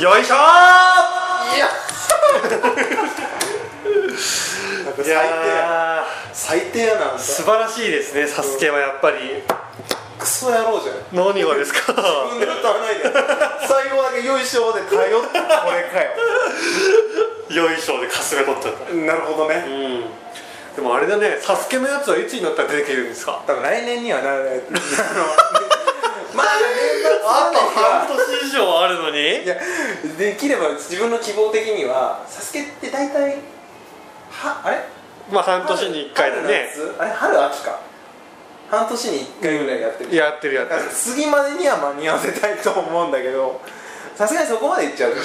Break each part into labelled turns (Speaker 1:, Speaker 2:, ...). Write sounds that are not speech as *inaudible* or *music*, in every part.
Speaker 1: よいしょ
Speaker 2: いやなん
Speaker 1: ー
Speaker 2: か
Speaker 1: い
Speaker 2: 最低や
Speaker 1: や
Speaker 2: 最低やなあ
Speaker 1: ー
Speaker 2: んた
Speaker 1: 素晴らしいですねサスケはやっぱり
Speaker 2: クソ野郎じゃん
Speaker 1: 何がですか
Speaker 2: 自分で歌わないで最後だけ「よいしょ」で通ってこれかよ
Speaker 1: よいしょでかすめ取っちゃった
Speaker 2: なるほどね
Speaker 1: うんでもあれだねサスケのやつはいつになったら出てきてるんですか
Speaker 2: 多分来年にはならないあの *laughs* まあ年末
Speaker 1: 半年以上あるのに
Speaker 2: いやできれば自分の希望的には「サスケって大体はあれ
Speaker 1: まあ半年に1回だね
Speaker 2: 春春夏あれ春秋か半年に1回ぐらいやってる、
Speaker 1: やってるやって
Speaker 2: だから次までには間に合わせたいと思うんだけどさすがにそこまでいっちゃうとね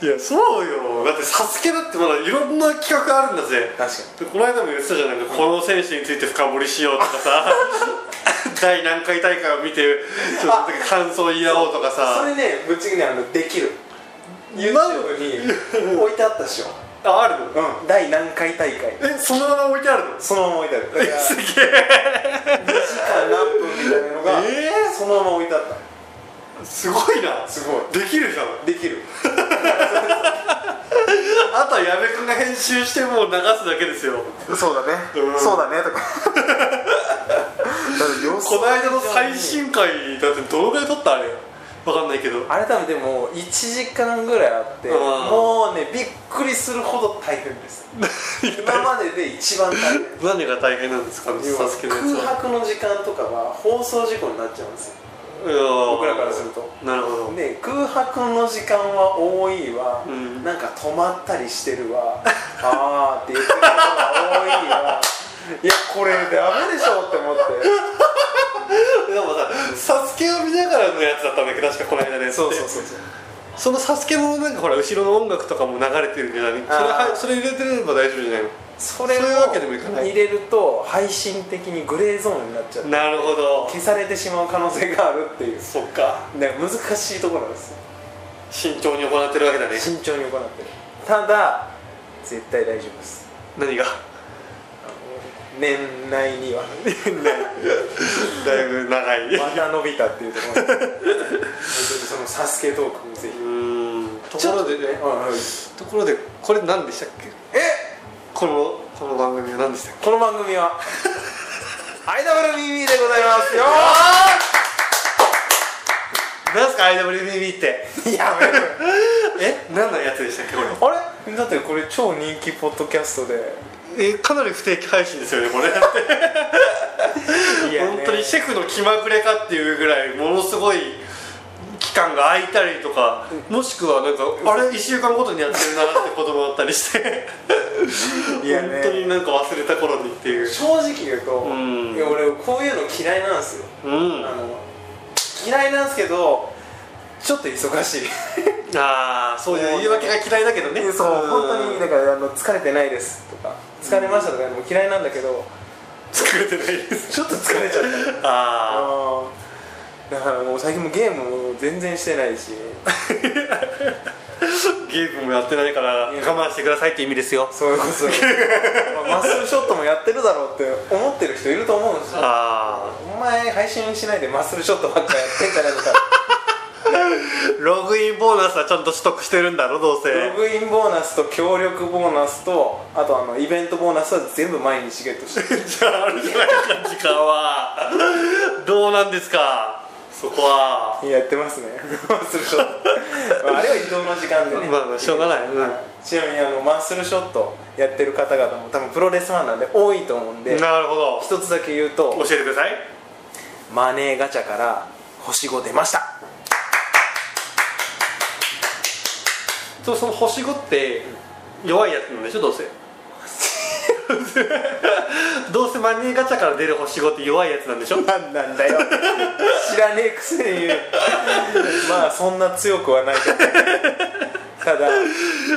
Speaker 1: るいやそうよだってサスケだってまだいろんな企画あるんだぜ
Speaker 2: 確かに
Speaker 1: でこの間も言ってたじゃないかこの選手について深掘りしようとか *laughs* さ第何回大会を見てちょっと感想言い合おうとか
Speaker 2: そ
Speaker 1: さ
Speaker 2: れねぶっちゃけねあのできる YouTube に置いてあったっしょ、
Speaker 1: ああるの
Speaker 2: うん、第何回大会
Speaker 1: えそのまま置いてあるの
Speaker 2: そのまま置いてあるだから
Speaker 1: す
Speaker 2: 2
Speaker 1: げえ
Speaker 2: 時間何分みたいなのが
Speaker 1: えー
Speaker 2: そのまま置いてあっ
Speaker 1: すごいな
Speaker 2: たすごい
Speaker 1: できるじゃん
Speaker 2: できる
Speaker 1: あとは矢部君が編集してもう流すだけですよ
Speaker 2: そうだね
Speaker 1: うん
Speaker 2: だねと *laughs* かだって様子
Speaker 1: この間の最新回だってどのぐらい撮ったあれわかんないけど
Speaker 2: あれ多分でも1時間ぐらいあって
Speaker 1: うん
Speaker 2: もうねびっくりするほど大変です
Speaker 1: *laughs*
Speaker 2: 今までで一番大変
Speaker 1: 何が大変なんですかね
Speaker 2: 要
Speaker 1: サ
Speaker 2: は
Speaker 1: スケのやつ
Speaker 2: 空
Speaker 1: は
Speaker 2: 白の時間とかは放送事故になっちゃうんですよ僕
Speaker 1: 僕
Speaker 2: らからすると
Speaker 1: なるほど
Speaker 2: で空白の時間は多いわ、
Speaker 1: うん
Speaker 2: なんか止まったりしてる
Speaker 1: *laughs*
Speaker 2: わあーって言ってることが多いわいやこれダメでしょって思って
Speaker 1: でもさサスケを見ながらのやつだったんだけど確かこの間ね
Speaker 2: そうそうそうそう
Speaker 1: そのサスケもなんかほら後ろの音楽とかも流れてるんじゃないそれ
Speaker 2: あ
Speaker 1: は
Speaker 2: ー
Speaker 1: それ入れてれば大丈夫じゃないの
Speaker 2: それを
Speaker 1: そういうわけでもいかない
Speaker 2: 入れると配信的にグレーゾーンになっちゃって
Speaker 1: なるほど
Speaker 2: 消されてしまう可能性があるっていう
Speaker 1: そっか
Speaker 2: ね難しいところなんですよ
Speaker 1: 慎重に行ってるわけだね
Speaker 2: 慎重に行ってるただ絶対大丈夫です
Speaker 1: *laughs* 何が
Speaker 2: あの年内には
Speaker 1: だいぶ長い
Speaker 2: また伸びたっていうところ *laughs* なんでそのサスケトークもぜひ
Speaker 1: うーんと
Speaker 2: ち
Speaker 1: こ
Speaker 2: ょっ
Speaker 1: ろ
Speaker 2: と
Speaker 1: でね
Speaker 2: はいはい
Speaker 1: ところでこれ何でしたっけ
Speaker 2: え
Speaker 1: このこの番組は何でしたっけ
Speaker 2: この番組は IWBB でございますよ
Speaker 1: 何すか IWBB って
Speaker 2: ーや *laughs* めろ
Speaker 1: え何のやつでしたっけこれ
Speaker 2: あれだってこれ超人気ポッドキャストで
Speaker 1: えかなり不定期配信ですよねこれ
Speaker 2: いやね
Speaker 1: 本当にシェフの気まぐれかっていうぐらいものすごい期間が空いたりとかもしくはなんかあれ1週間ごとにやってるなってこともあったりして
Speaker 2: いやね
Speaker 1: 本当になんか忘れた頃にっていう
Speaker 2: 正直言うと、
Speaker 1: うん
Speaker 2: いや俺こういうの嫌いなんですよ、
Speaker 1: うん
Speaker 2: あの嫌いなんですけどちょっと忙しい
Speaker 1: ああそういう言い訳が嫌いだけどね
Speaker 2: *laughs* そう
Speaker 1: うん
Speaker 2: 本当にだからあの疲れてないですとか疲れましたとかも嫌いなんだけど
Speaker 1: 作れてないです
Speaker 2: ちょっと疲れちゃった
Speaker 1: あ
Speaker 2: *laughs* あーだからもう最近もゲームも全然してないし
Speaker 1: あゲームもやってないから
Speaker 2: いや
Speaker 1: 我慢してくださいって意味ですよ
Speaker 2: そういうこと *laughs* まあマッスルショットもやってるだろうって思ってる人いると思うんですよ
Speaker 1: ああ
Speaker 2: お前配信しないでマッスルショットばっかやってんじゃないのか
Speaker 1: ログインボーナスはちゃんと取得してるんだろどうせ
Speaker 2: ログインボーナスと協力ボーナスとあとあのイベントボーナスは全部毎日ゲットしてる
Speaker 1: じゃああるじゃないか時間はどうなんですかそこは *laughs*
Speaker 2: やってますねマッスルショット、まあ、あれは移動の時間でね
Speaker 1: まあまあしょうがないうん
Speaker 2: はいちなみにあのマッスルショットやってる方々も多分プロレスファンなんで多いと思うんで
Speaker 1: なるほど
Speaker 2: 一つだけ言うと
Speaker 1: 教えてください
Speaker 2: マネーガチャから星5出ました
Speaker 1: とその星5って弱いやつなんでしょどう *laughs* せどうせマネーガチャから出る星5って弱いやつなんでしょ
Speaker 2: なんなんだよ知らねえくせに言うまあそんな強くはないけどただ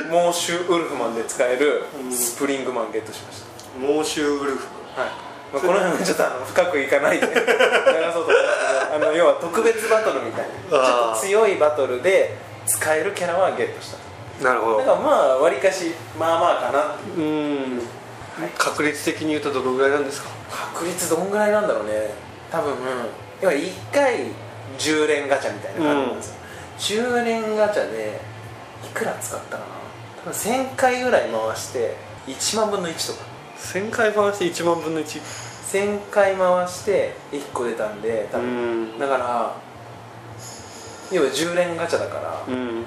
Speaker 2: モーシュウルフマンで使えるスプリングマンゲットしまし
Speaker 1: モーシュウルフ
Speaker 2: た、はいまあ、この辺はちょっとあの深くいかないで流そうと思うんですけどあの要は特別バトルみたいなちょっ
Speaker 1: あー
Speaker 2: と強いバトルで使えるキャラはゲットした
Speaker 1: なるほ
Speaker 2: だからまあわりかしまあまあかなっていう
Speaker 1: うん、確率的に言うとどのぐらいなんですか
Speaker 2: 確率どんぐらいなんだろうね多分、要は1回10連ガチャみたいなのがあるんですよ、10連ガチャでいくら使ったかな多分1000回ぐらい回して1万分の1とか
Speaker 1: 1000回回して1万分の1
Speaker 2: 1000回回して1個出たんで多分
Speaker 1: ん
Speaker 2: だから要は10連ガチャだから
Speaker 1: うん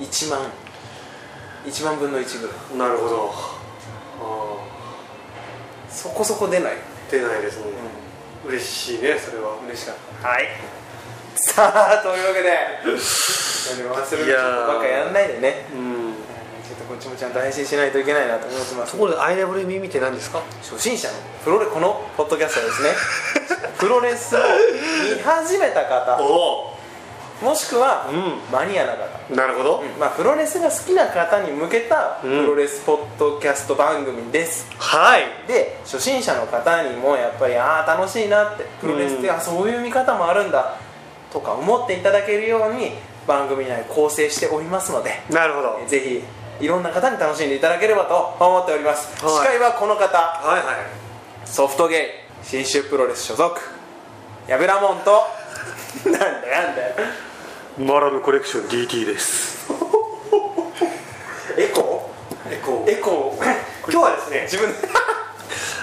Speaker 2: 1万1万分の1ぐらい
Speaker 1: なるほどあ
Speaker 2: そこそこ出ない、
Speaker 1: ー出ないですね、嬉しいねそれは
Speaker 2: 嬉しかった
Speaker 1: はい
Speaker 2: さあというわけで何も忘れることばっかやんないでね
Speaker 1: うん
Speaker 2: ちょっとこっちもちゃんと配信しないといけないなと思ってます
Speaker 1: ところで IWM って何ですか
Speaker 2: 初心者のプロレこのポッドキャストはですねプロレスを見始めた方
Speaker 1: おお
Speaker 2: もしくは、
Speaker 1: う
Speaker 2: マニアな方
Speaker 1: なるほど、
Speaker 2: まあ、プロレスが好きな方に向けたプ
Speaker 1: うん
Speaker 2: ロレスポッドキャスト番組です、
Speaker 1: はい
Speaker 2: で初心者の方にもやっぱりああ楽しいなってプロレスって、
Speaker 1: うん
Speaker 2: あそういう見方もあるんだとか思っていただけるように番組内構成しておりますので
Speaker 1: なるほど
Speaker 2: えぜひいろんな方に楽しんでいただければと思っております、
Speaker 1: はい
Speaker 2: 司会はこの方
Speaker 1: はいはい
Speaker 2: ソフトゲイ新州プロレス所属矢部ラモン
Speaker 1: *laughs*
Speaker 2: となんだなんだよ
Speaker 1: マラムコレクション DT です
Speaker 2: エコ
Speaker 1: エコ
Speaker 2: ーエコー
Speaker 1: 今日はですね
Speaker 2: 自分で
Speaker 1: *laughs*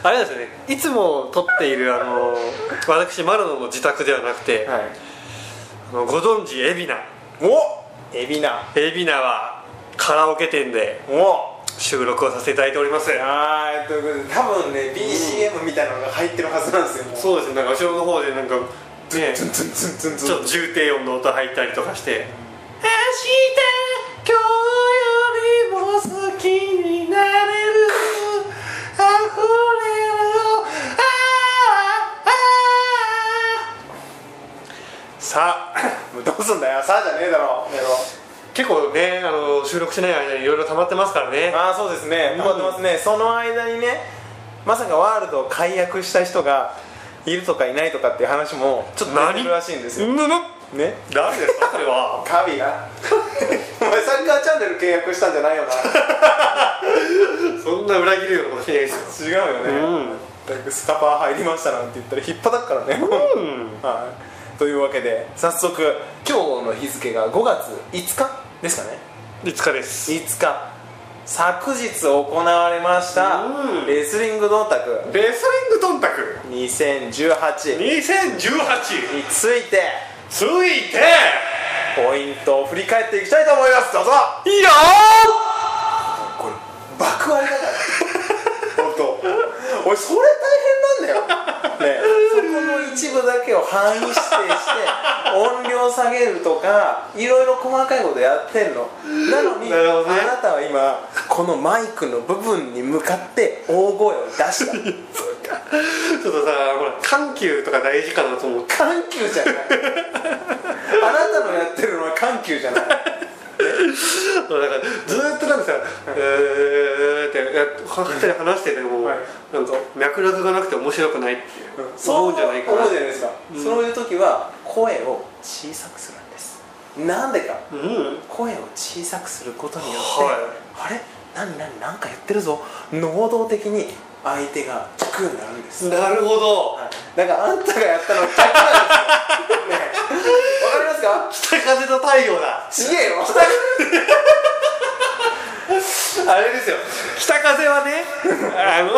Speaker 1: あれなんですよねいつも撮っているあの私マラノの自宅ではなくて、
Speaker 2: はい
Speaker 1: あのご存知海老
Speaker 2: おエビナ
Speaker 1: 名海老名はカラオケ店で
Speaker 2: お
Speaker 1: 収録をさせていただいております
Speaker 2: はいということで多分ね BCM みたいなのが入ってるはずなんですよもう
Speaker 1: そうですねなんか後ろの方でなんかね
Speaker 2: ツンツンツンツンツン
Speaker 1: ちょっと重低音の音入ったりとかして
Speaker 2: 明日今日よりも好きになれる溢れるああ
Speaker 1: さあ
Speaker 2: もうどうすんだよさあじゃねえだろやろ
Speaker 1: 結構ねあの収録しない間にいろいろ溜まってますからね
Speaker 2: ああそうですね
Speaker 1: うん
Speaker 2: 頑張ってますね、その間にねまさかワールドを解約した人がいるとかいないとかっていう話もちょっと出てるらしいんですよ
Speaker 1: むむ
Speaker 2: ね
Speaker 1: 誰ですかそれは
Speaker 2: カビが *laughs* お前サッカーチャンネル契約したんじゃないよな
Speaker 1: *laughs* そんな裏切るようなことしないです
Speaker 2: *laughs* 違うよね
Speaker 1: よ、
Speaker 2: 全くスカパー入りましたなんて言ったら引っ張からね、
Speaker 1: うん
Speaker 2: はい、というわけで早速今日の日付が5月5日ですかね
Speaker 1: 5日です
Speaker 2: 5日昨日行われました
Speaker 1: うん
Speaker 2: レスリングドンタク
Speaker 1: レスリングドンタク
Speaker 2: 2018
Speaker 1: 2018
Speaker 2: について
Speaker 1: ついて
Speaker 2: ポイントを振り返っていきたいと思いますどうぞ
Speaker 1: いいよ
Speaker 2: これ爆割りだから *laughs* 本当俺それ大変なんだよねえそこの一部だけを範囲指定して音量下げるとかいろいろ細かいことやってんのなのに
Speaker 1: なるほどね
Speaker 2: あなたは今このマイクの部分に向かって大声を
Speaker 1: *laughs*
Speaker 2: 出した
Speaker 1: ちょっとさほら緩急とか大事かなと思って
Speaker 2: 緩急じゃないあなたのやってるのは緩急じゃない
Speaker 1: だからずーっとなんかさ「えー」ってやっ二人で話してても、
Speaker 2: はい
Speaker 1: なんか脈絡がなくて面白くないっていう、
Speaker 2: そう
Speaker 1: 思うんじゃないかな
Speaker 2: 思うじゃないですか、そういう時は声を小さくするんですなんでか
Speaker 1: うん
Speaker 2: 声を小さくすることによって、
Speaker 1: は
Speaker 2: あれ何何何か言ってるぞ能動的に相手が聞くようになるんです、
Speaker 1: なるほど
Speaker 2: はいだからあんたがやったのは逆なんですよねえわかりますか
Speaker 1: 北風と太陽だ
Speaker 2: ちげえよ
Speaker 1: あれですよ北風はねあ
Speaker 2: *laughs*
Speaker 1: の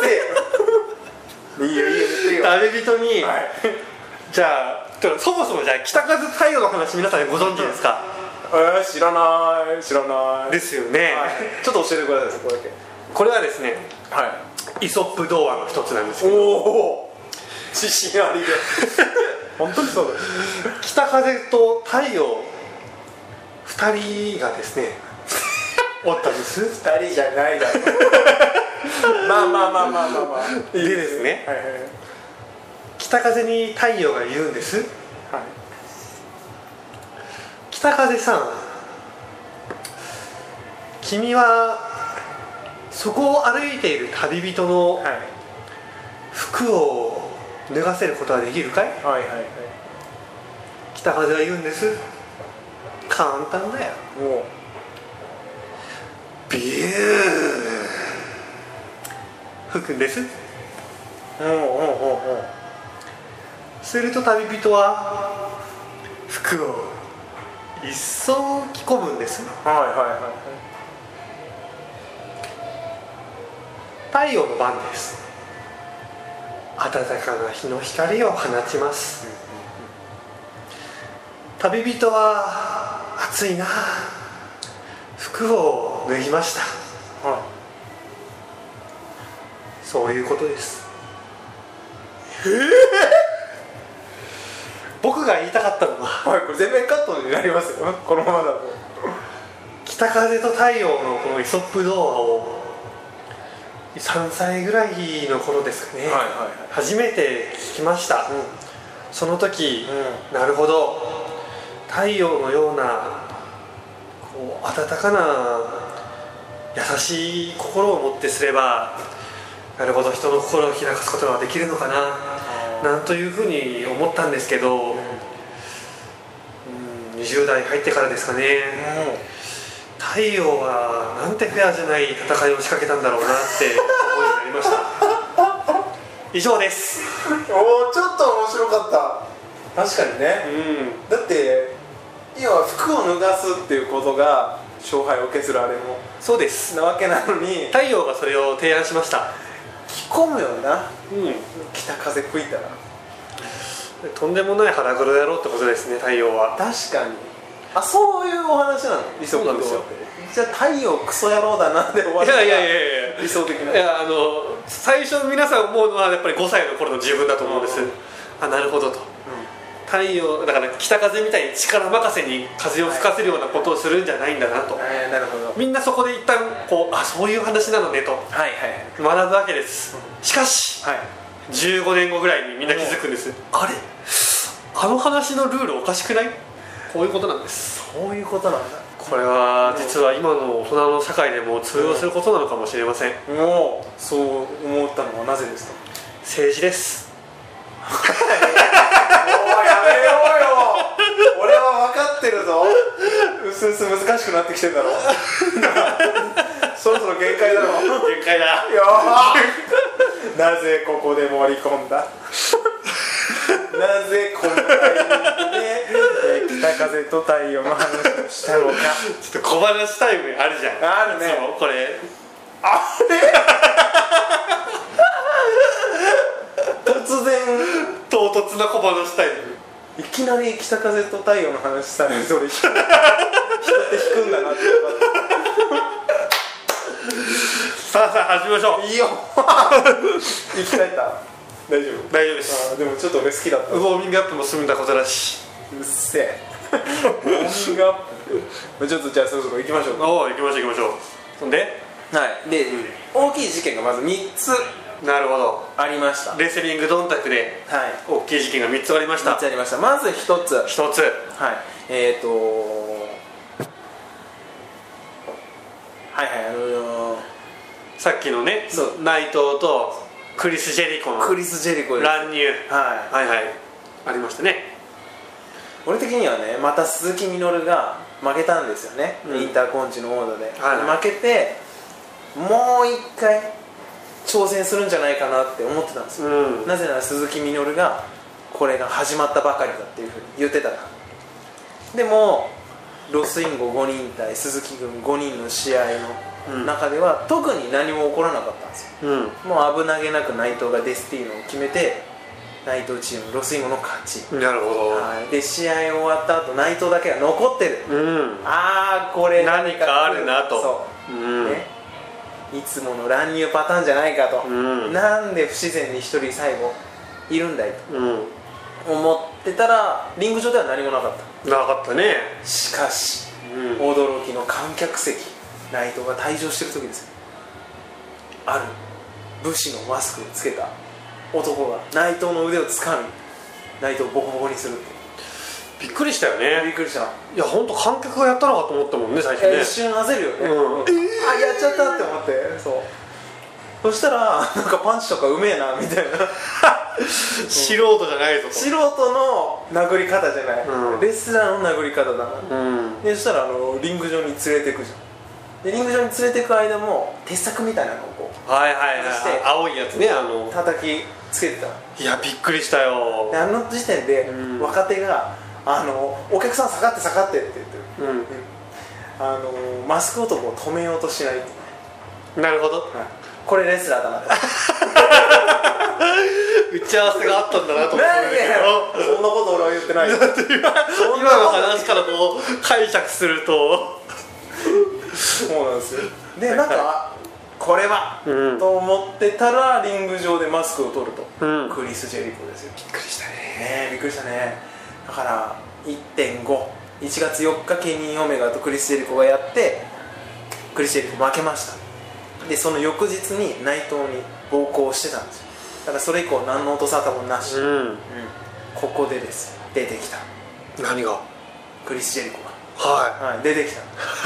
Speaker 2: せえよ *laughs* いいよいいよ言っていいよ
Speaker 1: 旅人に、
Speaker 2: はい
Speaker 1: じゃあちょっとそもそもじゃあ北風と太陽の話皆さんご存知ですか
Speaker 2: えー、知らない知らない
Speaker 1: ですよね、
Speaker 2: はいちょっと教えてくださいそこだけ
Speaker 1: これはですね
Speaker 2: はい
Speaker 1: イソップ童話の一つなんですけど
Speaker 2: おお自信ありで本当にそうだよ
Speaker 1: 北風と太陽二人がです *laughs* ねおったんです
Speaker 2: 二人じゃない *laughs* だろまあまあまあまあまあまあ
Speaker 1: でですね
Speaker 2: はいはいはい
Speaker 1: 北風に太陽が言うんです北風さん君はそこを歩いている旅人の
Speaker 2: はい
Speaker 1: 服を脱がせることはできるかい
Speaker 2: はいはいはい
Speaker 1: 北風は言うんです簡単だよ
Speaker 2: もう
Speaker 1: ビュー吹くんです
Speaker 2: うんうんうんうん
Speaker 1: すると旅人は服を一層着込むんですね
Speaker 2: はいはいはいはい
Speaker 1: 太陽の番です暖かな日の光を放ちます旅人は暑いな服を脱ぎました
Speaker 2: は、
Speaker 1: そういうことです僕が言いたかったのはい
Speaker 2: はい、これ全面カットになりますよこのままだと
Speaker 1: 北風と太陽のこのイソップ童話を3歳ぐらいの頃ですかね、
Speaker 2: は
Speaker 1: 初めて聞きました、その時、なるほど太陽のようなこう温かな優しい心を持ってすればなるほど人の心を開かすことができるのかななんというふうに思ったんですけど、うん、20代入ってからですかね、
Speaker 2: うん
Speaker 1: 太陽はなんてフェアじゃない戦いを仕掛けたんだろうなって思いになりました以上です
Speaker 2: おおちょっと面白かった確かに
Speaker 1: う
Speaker 2: ね、
Speaker 1: ん
Speaker 2: だって今は服を脱がすっていうことが勝敗を決するあれも
Speaker 1: そうです
Speaker 2: なわけなのに
Speaker 1: 太陽がそれを提案しました
Speaker 2: 着込むよな
Speaker 1: うん
Speaker 2: 北風吹いたら
Speaker 1: とんでもない腹黒野郎ってことですね太陽は
Speaker 2: 確かにあそういうお話なの理
Speaker 1: そ
Speaker 2: 想
Speaker 1: うな
Speaker 2: 的
Speaker 1: んですよ
Speaker 2: じゃあ太陽クソ野郎だなで終わ
Speaker 1: い
Speaker 2: るの
Speaker 1: や
Speaker 2: が
Speaker 1: いやいやいや
Speaker 2: 理想的ない
Speaker 1: やあの最初皆さん思うのはやっぱり5歳の頃の自分だと思うんです、
Speaker 2: うん
Speaker 1: あなるほどと太陽だから北風みたいに力任せに風を吹かせるようなことをするんじゃないんだなと、
Speaker 2: えーなるほど
Speaker 1: みんなそこで一旦こうあそういう話なのねと
Speaker 2: はいはい
Speaker 1: 学ぶわけですしかし
Speaker 2: はい
Speaker 1: 15年後ぐらいにみんな気づくんですあれあの話のルールおかしくないこういうことなんです
Speaker 2: そういうことなんだ
Speaker 1: これは実は今の大人の社会でも通用することなのかもしれません
Speaker 2: もうそう思ったのはなぜですか
Speaker 1: 政治です
Speaker 2: もうやめようよ俺は分かってるぞうすうす難しくなってきてんだろ *laughs* そろそろ限界だろよ
Speaker 1: 限界だ
Speaker 2: ーなぜここで盛り込んだなぜこのタイミングで、えー北風と太陽の話をしたのか
Speaker 1: ちょっと小話タイムあるじゃん
Speaker 2: あるね
Speaker 1: そうこれ
Speaker 2: あれ突然
Speaker 1: 唐突な小話タイム
Speaker 2: いきなり北風と太陽の話されると俺人人って引くんだなって
Speaker 1: さあさあ始めましょう
Speaker 2: いいよ *laughs* 生き返った大丈夫
Speaker 1: 大丈夫です
Speaker 2: あーでもちょっと俺好きだった
Speaker 1: ウォーミングアップも済んだことだし
Speaker 2: うっせえ音楽ちょっとじゃあそろそろ行きましょう
Speaker 1: おお行きましょう行きましょうそんで
Speaker 2: はいで、大きい事件がまず3つ
Speaker 1: なるほど
Speaker 2: ありましたはい
Speaker 1: レスリングドンタクで大きい事件が3つありまし
Speaker 2: 3
Speaker 1: た
Speaker 2: つありましたまず1つは
Speaker 1: 1つ
Speaker 2: いえーとはいはいあの
Speaker 1: さっきのね
Speaker 2: そう
Speaker 1: 内藤とクリス・ジェリコ
Speaker 2: ーク
Speaker 1: の
Speaker 2: リス・ジェリコです
Speaker 1: 乱入
Speaker 2: はい
Speaker 1: はいはいありましたね
Speaker 2: 俺的にはねまた鈴木みのるが負けたんですよね、
Speaker 1: うん
Speaker 2: インターコンチの王座で、
Speaker 1: はいはい
Speaker 2: 負けてもう一回挑戦するんじゃないかなって思ってたんです
Speaker 1: う
Speaker 2: よ、
Speaker 1: ん
Speaker 2: なぜなら鈴木みのるがこれが始まったばかりだっていうふうに言ってたからでもロスインゴ5人対鈴木軍5人の試合の中では、特に何も起こらなかったんですよ
Speaker 1: うん
Speaker 2: もう危なげなく内藤がデスティーノを決めて内藤チームロスインゴの勝ち、
Speaker 1: なるほど
Speaker 2: はい、で試合終わった後内藤だけが残ってる
Speaker 1: うん
Speaker 2: ああこれ
Speaker 1: 何かあるなと
Speaker 2: そうう、
Speaker 1: ん
Speaker 2: ねいつもの乱入パターンじゃないかと、
Speaker 1: うん
Speaker 2: なんで不自然に一人最後いるんだい
Speaker 1: うん
Speaker 2: と思ってたらリング上では何もなかった
Speaker 1: なかったね
Speaker 2: しかし、
Speaker 1: うん
Speaker 2: 驚きの観客席内藤が退場してる時ですよある武士のマスクをつけた男が内藤の腕をつかみ内藤をボコボコにするって
Speaker 1: びっくりしたよ
Speaker 2: びっ
Speaker 1: ね
Speaker 2: くりした
Speaker 1: いや本当観客がやったのかと思ったもんね最初
Speaker 2: えー
Speaker 1: ね
Speaker 2: 一瞬焦るよね、
Speaker 1: うん
Speaker 2: あやっちゃったって思ってそうそしたらなんかパンチとかうめえなみたいな
Speaker 1: 素人じゃないぞ
Speaker 2: 素人の殴り方じゃない、
Speaker 1: うん
Speaker 2: レスラーの殴り方だな、
Speaker 1: とうん
Speaker 2: でそしたらあのリング上に連れてくじゃんでリング上に連れてく間も鉄柵みたいなのをこう
Speaker 1: はいはい
Speaker 2: そ
Speaker 1: は
Speaker 2: して
Speaker 1: い青いやつねあの
Speaker 2: 叩きつけてたの
Speaker 1: いやびっくりしたよ
Speaker 2: であの時点で
Speaker 1: うん
Speaker 2: 若手があの「お客さん下がって下がって」って言ってる
Speaker 1: う
Speaker 2: あのマスク男を止めようとしない、
Speaker 1: んなるほど
Speaker 2: これレスラーだな
Speaker 1: *laughs* 打ち合わせがあったんだなと思って
Speaker 2: 何やそんなこと俺は言ってないよそんな
Speaker 1: 今の
Speaker 2: こ
Speaker 1: 話からこう解釈すると
Speaker 2: とそうなんですよでなんかこれは、
Speaker 1: うん
Speaker 2: と思ってたらリング上でマスクを取ると、
Speaker 1: うん
Speaker 2: クリス・ジェリコですよびっくりした
Speaker 1: ね
Speaker 2: びっくりしたねだから1.51月4日ケニー・オメガとクリス・ジェリコがやってクリス・ジェリコ負けましたでその翌日に内藤に暴行してたんですよだからそれ以降何の音沙汰もなし、
Speaker 1: ん
Speaker 2: ここでです出てきた
Speaker 1: 何が
Speaker 2: クリス・ジェリコが
Speaker 1: は
Speaker 2: はい、出てき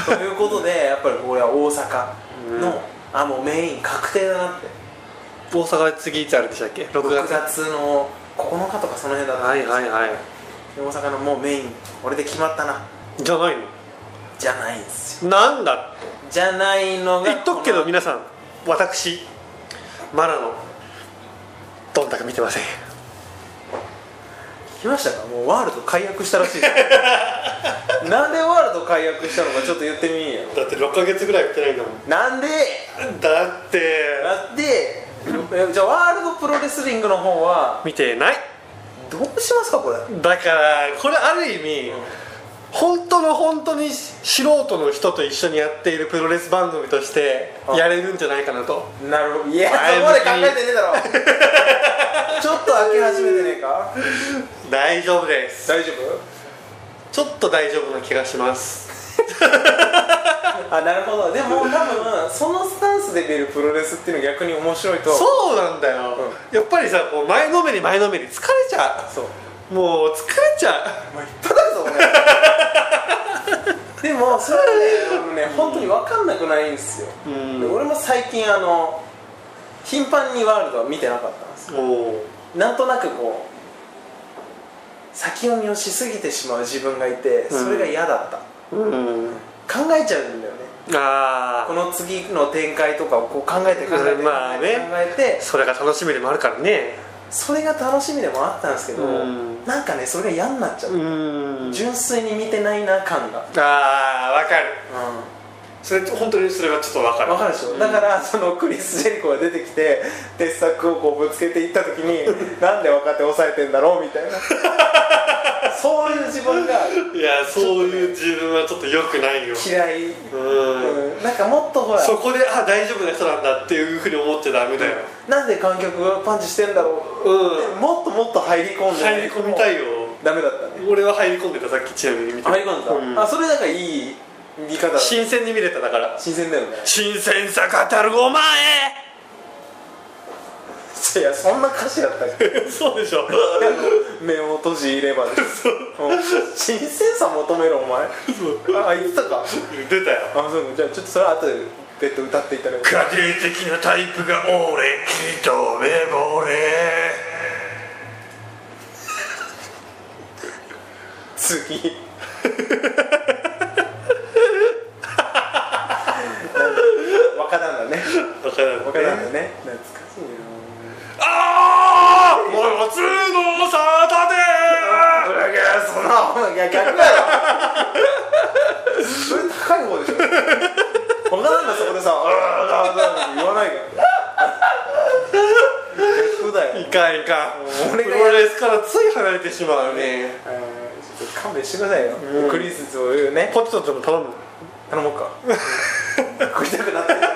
Speaker 2: たということでやっぱりこれは大阪の、
Speaker 1: うん
Speaker 2: あもうメイン確定だなって
Speaker 1: い大阪次いつあるんでしたっけ6
Speaker 2: 6
Speaker 1: 月
Speaker 2: 月の9日とかその辺だな、
Speaker 1: はいはいはい
Speaker 2: 大阪のもうメインこれで決まったな
Speaker 1: じゃない
Speaker 2: じゃないんですよ
Speaker 1: のなんだ
Speaker 2: じゃないのが
Speaker 1: 言っとくけど
Speaker 2: この
Speaker 1: 皆さん私マラのどんだか見てません
Speaker 2: 聞きましたかもうワールド解約したらしいで
Speaker 1: *laughs*
Speaker 2: すなんでワールド解約したのかちょっと言ってみんや
Speaker 1: だって6ヶ月ぐらい見てないんだも
Speaker 2: なんで
Speaker 1: んだって
Speaker 2: だってえじゃあワールドプロレスリングの方は
Speaker 1: 見てない
Speaker 2: どうしますかこれ
Speaker 1: だからこれある意味、
Speaker 2: うん
Speaker 1: 本当の本当に素人の人と一緒にやっているプロレス番組としてやれるんじゃないかなと
Speaker 2: なるほどいや
Speaker 1: 前
Speaker 2: そこ
Speaker 1: 向
Speaker 2: ま
Speaker 1: き
Speaker 2: で考えてねえだ *laughs* ろちょっと開け始めてねえか
Speaker 1: 大丈夫です
Speaker 2: 大丈
Speaker 1: ちょっと大丈夫な気がします
Speaker 2: 夫あなるほどでも多分そのスタンスで見るプロレスっていうの逆に面白いとう
Speaker 1: そうなんだよ、やっぱりさこう前のめり前のめり疲れちゃ
Speaker 2: そう
Speaker 1: うもう疲れちゃう
Speaker 2: もういっぱいあるぞ俺でもそれはね俺ね本当に分かんなくないんですよ、
Speaker 1: うん
Speaker 2: で俺も最近あの頻繁にワールドは見てなかったんですよ
Speaker 1: もう
Speaker 2: なんとなくこう先読みをしすぎてしまう自分がいてそれが嫌だった、
Speaker 1: うん
Speaker 2: 考えちゃうんだよね
Speaker 1: あ
Speaker 2: こ
Speaker 1: あ
Speaker 2: の次の展開とかをこう考えて考えて考えて,、
Speaker 1: うんまあね
Speaker 2: 考えて
Speaker 1: それが楽しみでもあるからね
Speaker 2: それが楽しみでもあったんですけど、
Speaker 1: うん
Speaker 2: なんかねそれが嫌になっちゃう、
Speaker 1: うん
Speaker 2: 純粋に見てないな感が、
Speaker 1: ああわかる
Speaker 2: う
Speaker 1: それ本当にそれはちょっとわか
Speaker 2: ん、分かるでしょ、だからそのクリス・ジェリコが出てきて鉄柵をこうぶつけていった時
Speaker 1: *laughs*
Speaker 2: になんで若手抑えてんだろうみたいな *laughs* そういう自分が
Speaker 1: いやそういう自分はちょっと良くないよ
Speaker 2: 嫌い、
Speaker 1: うん
Speaker 2: うん、なんかもっとほら
Speaker 1: そこであ大丈夫な人なんだっていうふうに思っちゃダメだよ、
Speaker 2: なんで観客がパンチしてんだろう、
Speaker 1: うん
Speaker 2: でもっともっと入り込んで、
Speaker 1: 入り込みたいよ
Speaker 2: ダメだったね
Speaker 1: 俺は入り込んでたさっきちなみに見て
Speaker 2: 入り込んだ、
Speaker 1: うん
Speaker 2: あそれなんかいい見方だ
Speaker 1: 新鮮に見れただから
Speaker 2: 新鮮だよね
Speaker 1: 新鮮さ語るお前
Speaker 2: いやそんな歌詞だったっけ
Speaker 1: *laughs* そうでしょ
Speaker 2: *laughs* 目を閉じればですうん新鮮さ求めろお前あ言ってたかあ
Speaker 1: 出たよ
Speaker 2: そうじゃあちょっとそれは後で別途歌っていただく
Speaker 1: 家庭的なタイプが俺一目惚れ
Speaker 2: *laughs* 次若旦だね
Speaker 1: わからん
Speaker 2: 若旦だね懐かしいな
Speaker 1: ああもうつのサタデー
Speaker 2: いやそんなお前いや逆だよそれ高い方でしょ他なんだそこでさ「あーあーあーあー言わないから逆だよ
Speaker 1: いかんいかん
Speaker 2: 俺
Speaker 1: 俺
Speaker 2: が
Speaker 1: がプロレスからつい離れてしまうね
Speaker 2: あーちょっと勘弁してくださいよ、
Speaker 1: うん
Speaker 2: クリスズを言うね
Speaker 1: ポテトでも頼む
Speaker 2: 頼もうか食いたくなってきたね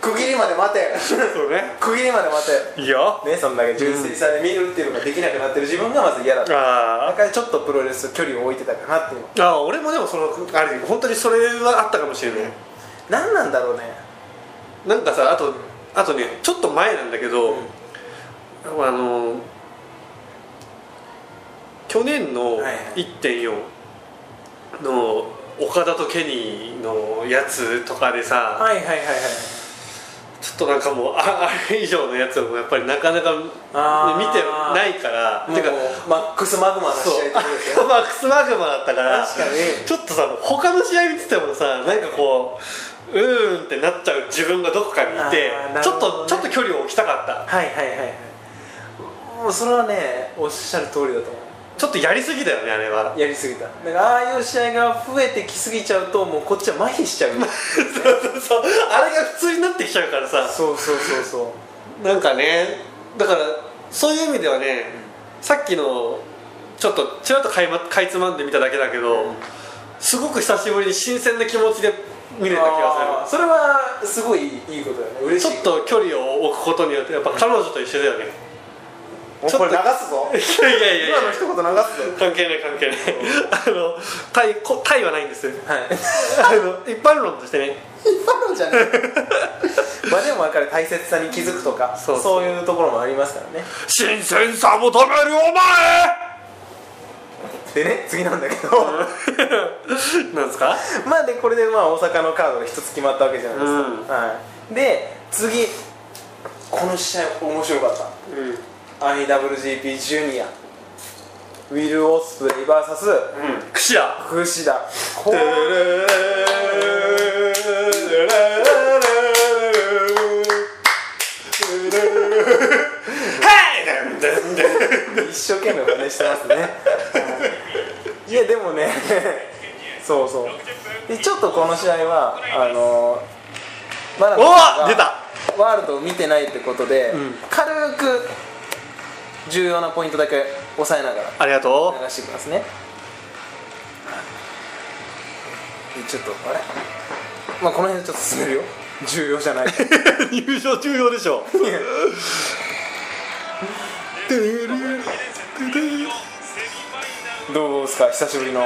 Speaker 2: 区切りまで待て
Speaker 1: *laughs* そうね
Speaker 2: 区切りまで待て
Speaker 1: いいよ
Speaker 2: ねそんだけ純粋さで見るっていうのができなくなってる自分がまず嫌だっただ
Speaker 1: あ
Speaker 2: からちょっとプロレスと距離を置いてたかなっていう
Speaker 1: ーあー俺もでもそのあれ本当にそれはあったかもしれない
Speaker 2: 何なんだろうね
Speaker 1: なんかさあとあとねちょっと前なんだけど、あのー去年の
Speaker 2: はいはい
Speaker 1: 1.4の岡田とケニーのやつとかでさ、
Speaker 2: はいはいはいはい
Speaker 1: ちょっとなんかもうああれ以上のやつもやっぱりなかなかね
Speaker 2: あー
Speaker 1: 見てないから
Speaker 2: もう
Speaker 1: てか
Speaker 2: マックスマグマの試合
Speaker 1: そう
Speaker 2: ってことです
Speaker 1: *laughs*
Speaker 2: よ
Speaker 1: マックス・マグマだったから
Speaker 2: 確かに
Speaker 1: ちょっとさ他の試合見ててもさなんかこううーんってなっちゃう自分がどこかにいて
Speaker 2: あー、な
Speaker 1: ち
Speaker 2: る
Speaker 1: ょ
Speaker 2: ほ
Speaker 1: っ
Speaker 2: ど
Speaker 1: と
Speaker 2: ね
Speaker 1: ちょっと距離を置きたかった
Speaker 2: はいはいはいはいもうそれはねおっしゃる通りだと思う
Speaker 1: ちょっとやりすぎだよねあれは
Speaker 2: やりすぎただからああいう試合が増えてきすぎちゃうともうこっちは麻痺しちゃう
Speaker 1: そうそうそうあれが普通になってきちゃうからさ
Speaker 2: そうそうそうそ
Speaker 1: なんかねだからそういう意味ではね、さっきのちょっとちらっとかい,、ま、かいつまんで見ただけだけど、
Speaker 2: うん
Speaker 1: すごく久しぶりに新鮮な気持ちで見れた気
Speaker 2: あー
Speaker 1: がす
Speaker 2: それはすごいいいことだよね
Speaker 1: る
Speaker 2: 嬉
Speaker 1: ちょ
Speaker 2: しい
Speaker 1: っと距離を置くことによってやっぱ彼女と一緒だよね、
Speaker 2: もうこれ流すぞ
Speaker 1: いやいやいやいや
Speaker 2: 今の一言流すぞ
Speaker 1: 関係ない関係ないあのタイこタイはないんですよ
Speaker 2: はい
Speaker 1: あの一般論としてね
Speaker 2: 今のじゃないまあでも分かる大切さに気づくとか
Speaker 1: そうそう
Speaker 2: いうところもありますからね
Speaker 1: 新鮮さ求めるお
Speaker 2: でね次なんだけど
Speaker 1: 前なんですか
Speaker 2: *laughs* まあでこれでまあ大阪のカードが一つ決まったわけじゃないですか、
Speaker 1: うん
Speaker 2: はい、で次この試合面白かった
Speaker 1: うんうん
Speaker 2: IWGP ジュニアウィル・オスプレイ VS
Speaker 1: クシア
Speaker 2: クシダこ
Speaker 1: こ
Speaker 2: れ一生懸命真似してますねはいいやでもねそうそうでちょっとこの試合はあのまだ
Speaker 1: お出た
Speaker 2: ワールドを見てないってことで、
Speaker 1: ん
Speaker 2: 軽く重要なポイントだけ押さえながら
Speaker 1: ありがと
Speaker 2: 流していきますねでちょっとあれまあこの辺でちょっと進めるよ重要じゃない
Speaker 1: う入賞重要でしょ
Speaker 2: どうですか久しぶりの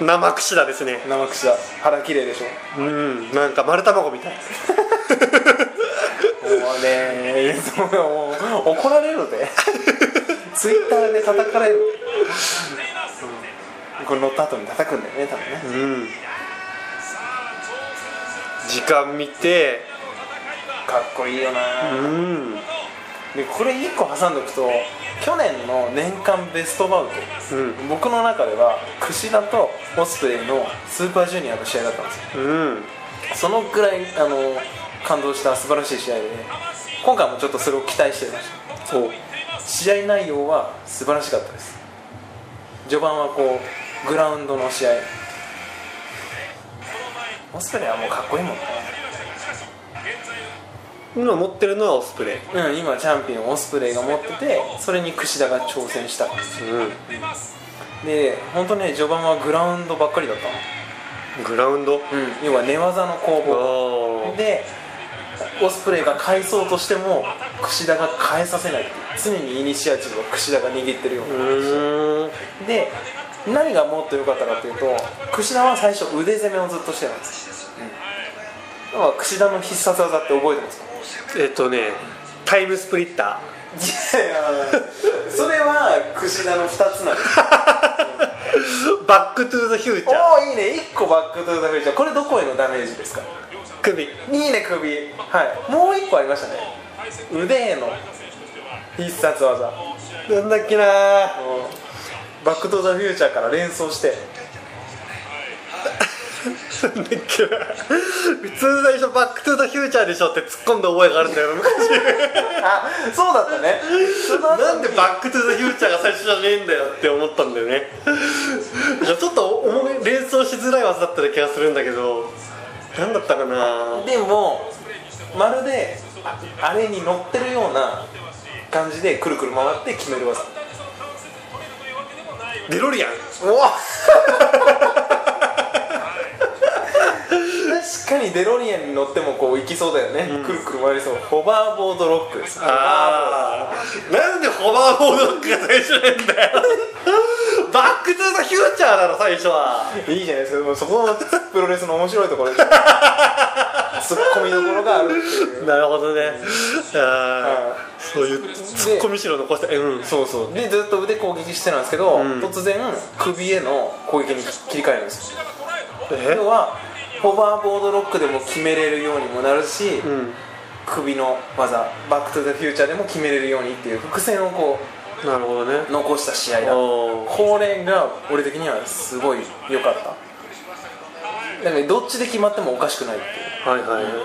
Speaker 1: 生クシダですね
Speaker 2: 生串だ腹綺麗でし
Speaker 1: う
Speaker 2: ょ
Speaker 1: んなんか丸卵みたい
Speaker 2: もうねもう怒られるでツイッターで叩かれる、うん、これ乗った後に叩くんだよね多分ね
Speaker 1: うん時間見て
Speaker 2: かっこいいよな、
Speaker 1: うんうん
Speaker 2: でこれ1個挟んでおくと去年の年間ベストバウト僕の中では櫛田とオスプレイのスーパージュニアの試合だったんですよ
Speaker 1: うん
Speaker 2: そのくらいあの感動した素晴らしい試合で、今回もちょっとそれを期待していましたそう試合内容は素晴らしかったです序盤はこうグラウンドの試合オスプレイはもうかっこいいもんね
Speaker 1: 今持ってるのはオスプレイ
Speaker 2: うん今チャンピオンオスプレイが持っててそれに櫛田が挑戦した
Speaker 1: う
Speaker 2: で本当ね序盤はグラウンドばっかりだったの
Speaker 1: んグラウンド
Speaker 2: うん、要は寝技の攻防
Speaker 1: あ
Speaker 2: でオスプレイが返そうとしても櫛田が返させないっていう常にイニシアチブを櫛田が握ってるよ
Speaker 1: あう
Speaker 2: うな、
Speaker 1: ーん
Speaker 2: で何がもっと良かったかっていうと櫛田は最初腕攻めをずっとしてたんです、うん、だから櫛田の必殺技って覚えてますか
Speaker 1: えっとねタイムスプリッタ
Speaker 2: いやそれは櫛田の2つなんです
Speaker 1: ーバックトゥーザフューチャー
Speaker 2: おおいいね1個バックトゥーザフューチャーこれどこへのダメージですか
Speaker 1: 首
Speaker 2: いいね首はいもう1個ありましたね腕への必殺技
Speaker 1: なんだっけな
Speaker 2: バック・トゥ・ザ・フューチャーから連想して
Speaker 1: ーなんだっけな普通最初バックトゥーザフューチャーでしょって突っ込んだ覚えがあるんだよ昔
Speaker 2: あそうだったね
Speaker 1: なんでバックトゥーザフューチャーが最初じゃねえんだよって思ったんだよねいやちょっと思い連想しづらい技だった気がするんだけどなんだったかな
Speaker 2: でもまるでああれに乗ってるような感じでくるくる回って決める技
Speaker 1: デロリアン
Speaker 2: おわ確かにデロリアンに乗ってもこう行きそうだよね、くるくる回りそうホバーボードロックです
Speaker 1: ああなんでホバーボードロックが最初なんだよバックトゥーザフューチャーだろ最初はい
Speaker 2: いじゃないですかもうそこもプロレスの面白いとこ *laughs* ろですツッコミどころがあるっていう
Speaker 1: なるほどねあ
Speaker 2: は
Speaker 1: ーそういうツッコミしろ残してうん
Speaker 2: そうそうでずっと腕攻撃してたんですけど、
Speaker 1: ん
Speaker 2: 突然首への攻撃に切り替えるんですよ
Speaker 1: え
Speaker 2: 要はホバーボードロックでも決めれるようにもなるし、
Speaker 1: うん
Speaker 2: 首の技バック・トゥ・ザ・フューチャーでも決めれるようにっていう伏線をこ
Speaker 1: なるほどね
Speaker 2: う残した試合だ
Speaker 1: おー
Speaker 2: これが俺的にはすごい良かっただからどっちで決まってもおかしくないっていう
Speaker 1: はいはいはいは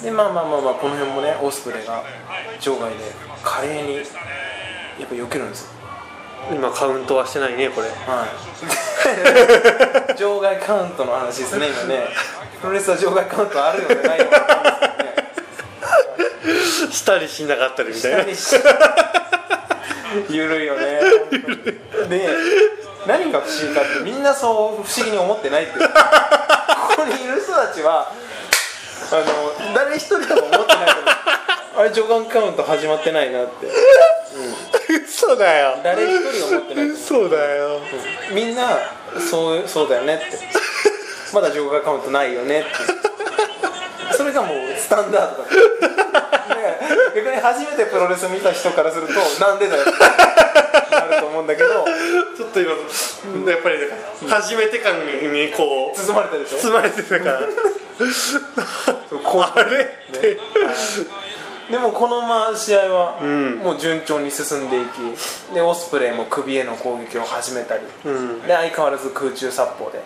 Speaker 1: い
Speaker 2: でまあまあまあまあこの辺もねオスプレイが場外で華麗にやっぱ避けるんですよ
Speaker 1: 今カウントはしてないねこれ
Speaker 2: はい *laughs* 場外カウントの話ですね今ねプロレスは場外カウントあるよねないよね
Speaker 1: したりしなかったりみたいな
Speaker 2: 何し *laughs* ゆるいよね本当にで何が不思議かってみんなそう不思議に思ってないっていうここにいる人たちはあの誰一人とも思ってないと思うあれ序盤カウント始まってないなって
Speaker 1: 嘘だよ
Speaker 2: 誰一人思ってない
Speaker 1: 嘘だよ
Speaker 2: みんなそうそうだよねってまだ情報カウントないよねってそれがもうスタンダードだからだから逆に初めてプロレス見た人からするとなんでだよってなると思うんだけど
Speaker 1: ちょっと今やっぱりね初めて感にこう
Speaker 2: 包まれたでしょ
Speaker 1: 包まれてたからあれって、
Speaker 2: でもこのまま試合は
Speaker 1: ん
Speaker 2: もう順調に進んでいきでオスプレイも首への攻撃を始めたり、
Speaker 1: ん
Speaker 2: で相変わらず空中殺法で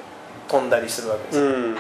Speaker 2: 飛んだりするわけですよ
Speaker 1: うん